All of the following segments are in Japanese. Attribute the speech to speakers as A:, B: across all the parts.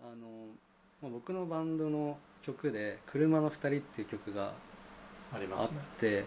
A: あのまあ僕のバンドの曲で「車の二人」っていう曲が
B: ありま
A: あっ
B: すね
A: て、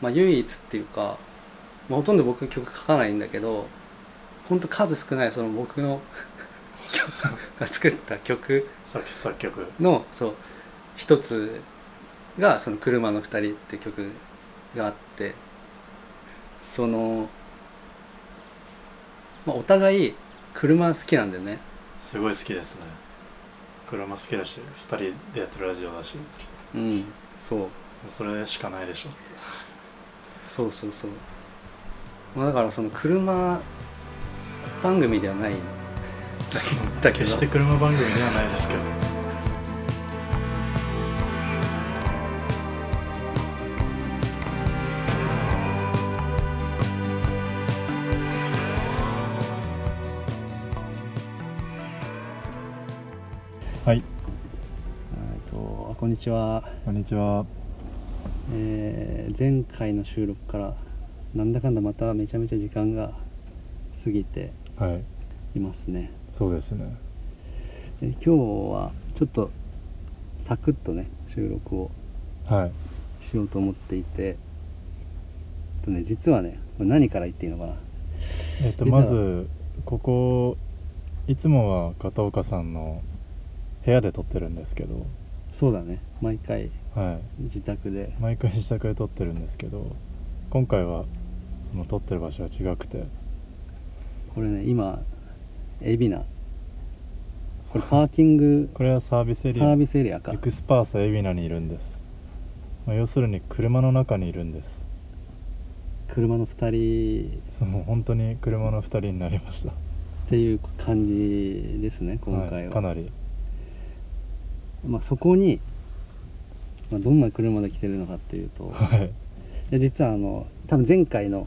A: まあ、唯一っていうか、まあ、ほとんど僕曲書かないんだけどほんと数少ないその僕の が作った曲
B: 作詞作曲
A: のそう一つがその「車の二人」って曲があってその、まあ、お互い車好きなんだよね
B: すごい好きですね車好きだし2人でやってるラジオだし
A: うんそう
B: それしかないでしょって
A: そうそうそう、まあ、だからその車番組ではないだけど
B: 決 して車番組ではないですけどはい
A: えっとあこんにちは、
B: こんにちは
A: えー前回の収録からなんだかんだまためちゃめちゃ時間が過ぎて
B: はい
A: いますね
B: そうですね
A: で今日はちょっとサクッとね収録を
B: はい
A: しようと思っていてえっとね実はねこれ何から言っていいのかな
B: えっと
A: 実は
B: まずここいつもは片岡さんの部屋で撮ってるんですけど、
A: そうだね毎回
B: は
A: 自宅で
B: い、毎回自宅で撮ってるんですけど今回はその撮ってる場所は違くて
A: これね今海老名これパーキング
B: これはサービス
A: サ
B: エリア
A: ービスエリアか
B: エクスパース海老名にいるんです、まあ要するに車の中にいるんです
A: 車の2人
B: その本当に車の2人になりました
A: っていう感じですね今
B: は
A: 回
B: い、
A: は、
B: かなり
A: まあ、そこに、まあ、どんな車で来てるのかっていうと
B: はい
A: いや実はあの多分前回の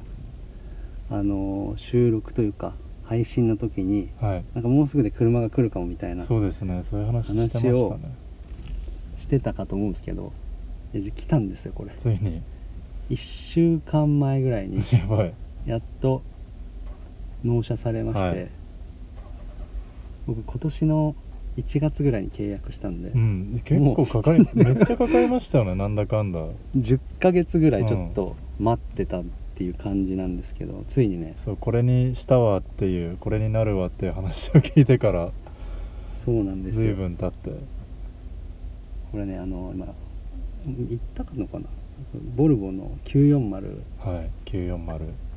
A: あの収録というか配信の時に
B: はい
A: なんかもうすぐで車が来るかもみたいな
B: そうですねそういう話してました
A: 話を
B: ね
A: してたかと思うんですけどいや来たんですよこれ
B: ついに
A: 1週間前ぐらいに
B: やばい
A: やっと納車されまして、
B: はい
A: 僕今年の1月ぐらいに契約したんで、
B: うん、結構かかりめっちゃかかりましたよ ねなんだかんだ
A: 10ヶ月ぐらいちょっと待ってたっていう感じなんですけど、ついにね
B: そうこれにしたわっていうこれになるわっていう話を聞いてから
A: そうなんです
B: 随
A: よ
B: 分経って
A: これねあの今行ったのかなボルボの940
B: はい940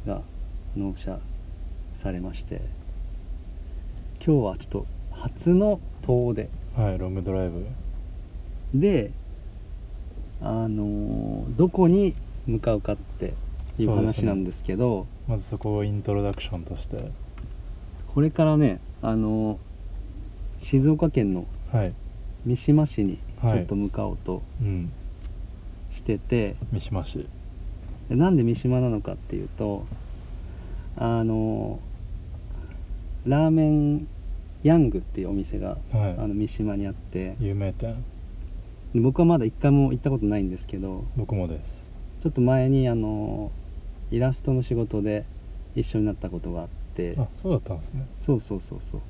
A: が納車されまして今日はちょっと初の遠出
B: はいロングドライブ
A: であのーどこに向かうかっていう
B: そうで
A: 話
B: すね
A: なんですけど
B: まずそこをイントロダクションとして
A: これからね、あのー静岡県の
B: はい
A: 三島市にち
B: はい
A: ょっと向かおうと
B: うん
A: してて、
B: 三島市
A: でなんで三島なのかっていうとあのーラーメンヤングっていうお店があ
B: は
A: の三島にあって
B: い有名店
A: で僕はまだ一回も行ったことないんですけど
B: 僕もです
A: ちょっと前にあのイラストの仕事で一緒になったことがあって
B: あそうだったんですね
A: そうそうそうそう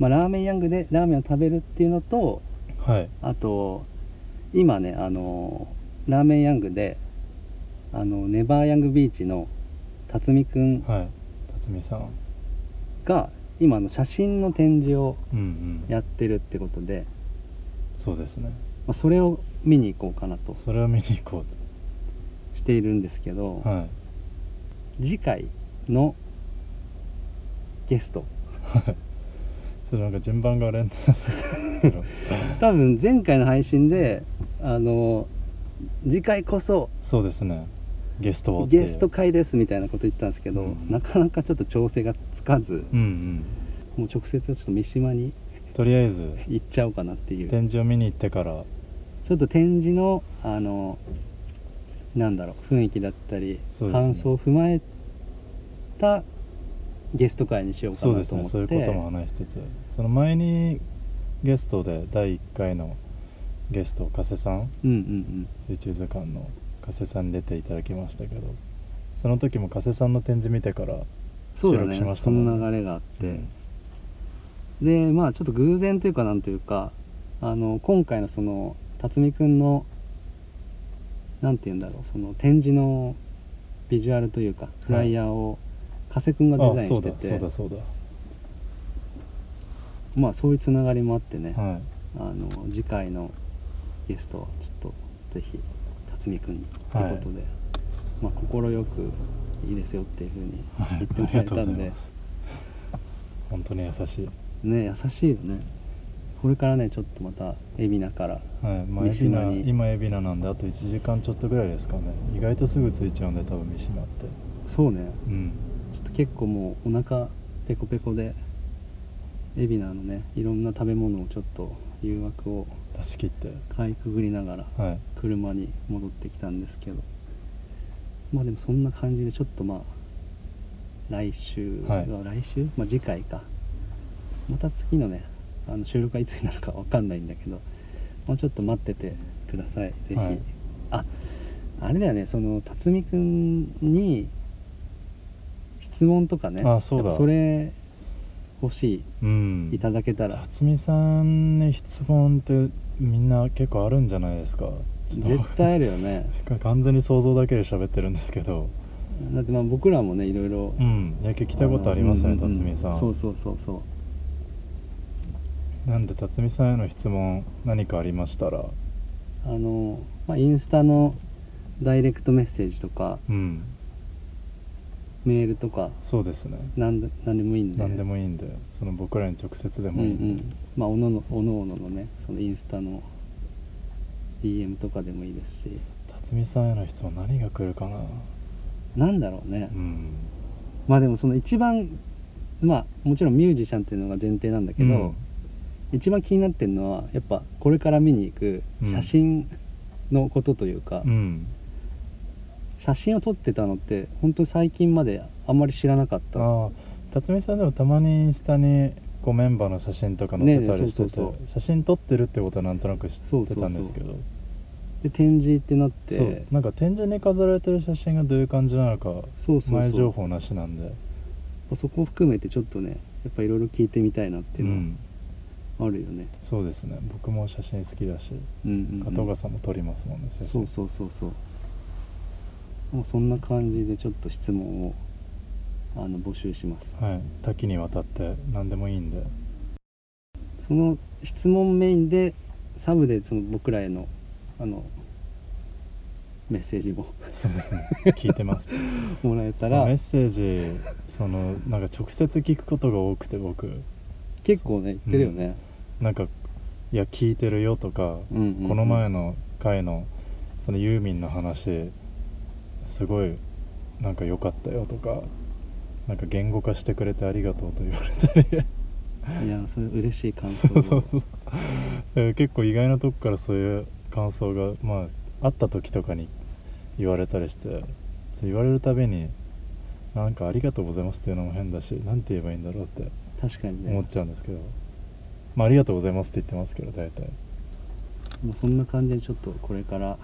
A: まあラーメンヤングでラーメンを食べるっていうのと
B: はい
A: あと今ねあのラーメンヤングであのネバーヤングビーチの辰巳くん
B: はい辰巳さん
A: が今あの写真の展示を
B: うんうん
A: やってるってことで、
B: そうですね
A: まあ、それを見に行こうかなと
B: それを見に行こ
A: しているんですけど
B: うとはい
A: 次回のゲスト
B: それなんか順番があれなんですけど
A: 多分前回の配信であの次回こそ
B: そうですねゲストをっていう
A: ゲスト会ですみたいなこと言ったんですけど、
B: うん
A: なかなかちょっと調整がつかず
B: うんうん
A: もう直接ちょっと三島に
B: とりあえず
A: 行っちゃおうかなっていう
B: 展示を見に行ってから
A: ちょっと展示のあのなんだろう雰囲気だったり、
B: そうですね
A: 感想を踏まえたゲスト会にしようか
B: そう
A: な
B: で
A: と
B: す
A: 思
B: ね
A: って
B: そういうことも話しつつその前にゲストで第1回のゲスト加瀬さん
A: うんうん
B: 水中図鑑の加瀬さんに出ていただきましたけどその時も加瀬さんの展示見てから
A: うんそうだ
B: 収録し
A: ね
B: ました
A: そ
B: もんね
A: の流れがあって、
B: うん
A: でまあちょっと偶然というかなんというかあの今回のその辰巳くんのなんて言うんだろうその展示のビジュアルというかフライヤーを加瀬くんがデ
B: あ
A: ザイン
B: そう
A: して
B: だ
A: て
B: そうだそう
A: まあそういうつながりもあってね、
B: だはい
A: あの次回のゲストはちょっとぜひ辰巳くんにということで、まあ快くいいですよっていうふうに
B: はい
A: 言って
B: あ
A: も
B: り
A: ら
B: が
A: え
B: と
A: た
B: うござい
A: んで
B: ます本当に優しい
A: ね優しいよねこれからねちょっとまた海老名から
B: はいまあ、
A: 三
B: 海
A: 島
B: 老名
A: に
B: 今海老名なんであと1時間ちょっとぐらいですかね意外とすぐ着いちゃうんで多分三島って
A: そうね
B: うん
A: ちょっと結構もうお腹ペコペコで海老名のねいろんな食べ物をちょっと誘惑を
B: 出し切って
A: かいくぐりながら
B: はい
A: 車に戻ってきたんですけどまあでもそんな感じでちょっとまあ来週は、
B: はい
A: 来週、まあ、次回かまた次のねあの収録がいつになるかわかんないんだけど、まあ、ちょっと待っててくださいぜひ、
B: はい
A: ああれだよねその辰巳くんに質問とかね
B: あそうだ
A: やっぱそれ欲し
B: うん
A: いいただけたら
B: 辰巳さんに質問ってみんな結構あるんじゃないですかちょっと
A: 絶対あるよね
B: 完全に想像だけで喋ってるんですけど
A: だってまあ僕らもねいろいろ
B: うんいや聞きたいことありますよね
A: うんうんうん
B: 辰巳さん
A: そうそうそうそう
B: なんで辰巳さんへの質問何かありましたら
A: あの、まあ、インスタのダイレクトメッセージとか
B: うん
A: メールとか
B: そうですね
A: 何で何でもいいんで
B: 何でもいいんでその僕らに直接でもい
A: う
B: い
A: んんう
B: で、
A: んまあおののおのおののねそのインスタの DM とかでもいいですし
B: 辰巳さんへの質問何が来るかな
A: なんだろうね、
B: うん
A: まあでもその一番まあもちろんミュージシャンっていうのが前提なんだけど、
B: うん
A: 一番気になってるのはやっぱこれから見に行く写真のことというか、
B: うん
A: 写真を撮ってたのって本当に最近まであんまり知らなかった
B: ああ辰巳さんでもたまにインスタにこうメンバーの写真とか載せた
A: ねえね
B: り
A: え
B: し
A: そう
B: てて、
A: そうそう
B: 写真撮ってるってことはなんとなく知
A: そう
B: っ
A: そ
B: て
A: うそう
B: たんですけどそう
A: で展示ってなって
B: なんか展示に飾られてる写真がどういう感じなのか
A: そうそう
B: 前
A: そ
B: 情
A: う
B: 報なしなんで
A: そこを含めてちょっとねやっぱいろいろ聞いてみたいなっていううの
B: ん、
A: はあるよね、
B: そうですね僕も写真好きだし
A: うんうんうん
B: 加藤川さんも撮りますもんね写
A: そう
B: 真
A: そうそうそうもうそんな感じでちょっと質問をあの募集します
B: はい多岐にわたって何でもいいん で
A: その質問メインでサブでその僕らへのあのメッセージも
B: そうですね聞いてます
A: もらえた
B: その
A: ら
B: メッセージそのなんか直接聞くことが多くて僕
A: 結構ね言ってるよね、
B: なんか「いや聞いてるよ」とか
A: うんうんうん
B: この前の回のそのユーミンの話すごいなんか良かったよとかなんか言語化してくれてありがとうと言われたり
A: いやそれ嬉しい感想
B: そうそうそうえー結構意外なとこからそういう感想がまあ会った時とかに言われたりしてそう言われるたびになんか「ありがとうございます」っていうのも変だし何て言えばいいんだろうって
A: 確かにね
B: 思っちゃうんですけど、まあ、ありがとうございますって言ってますけど大体
A: もうそんな感じでちょっとこれから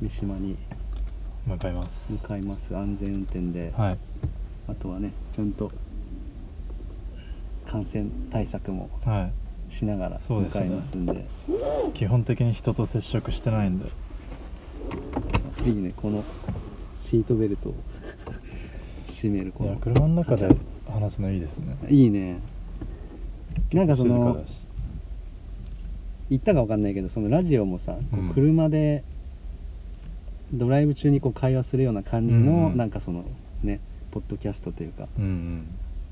A: 三島に
B: 向かいます
A: 向かいます安全運転で、
B: はい
A: あとはねちゃんと感染対策も
B: はい
A: しながら
B: そう
A: 向
B: です
A: か
B: ね
A: いますんで
B: 基本的に人と接触してないんで
A: いいねこのシートベルトを 締めるこ
B: いや
A: の
B: 車の中で話すのいいですね
A: いいねなんかその
B: 静かだし
A: 言ったかわかんないけどそのラジオもさ、こう
B: うん
A: 車でドライブ中にこう会話するような感じの、
B: うんうん
A: なんかそのねポッドキャストというか
B: うんうん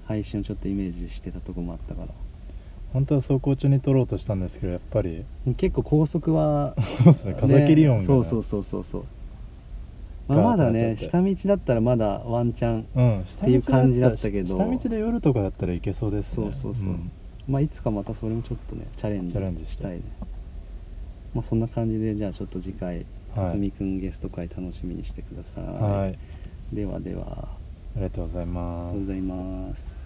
A: 配信をちょっとイメージしてたとこもあったから
B: 本当は走行中に撮ろうとしたんですけどやっぱり
A: 結構高速は
B: そうですね風切り音が、
A: ね
B: ね、
A: そうそうそうそうそう、まあ、
B: ガー
A: ま
B: ッと
A: だ
B: なっちゃ
A: ね
B: って
A: 下道だったらまだワンチャン
B: うん下
A: っていう
B: 道ら
A: 感じだったけど
B: 下道で夜とかだったらいけそうですね
A: そうそうそうんまあいつかまたそれもちょっとねチャレンジ
B: チャレンジし
A: してたいねまあそんな感じでじゃあちょっと次回
B: は
A: 辰巳
B: い、
A: くんゲスト会楽しみにしてください、
B: はい、あ
A: ではでは
B: りがとうござい
A: ありが
B: ま
A: とう
B: す
A: ございます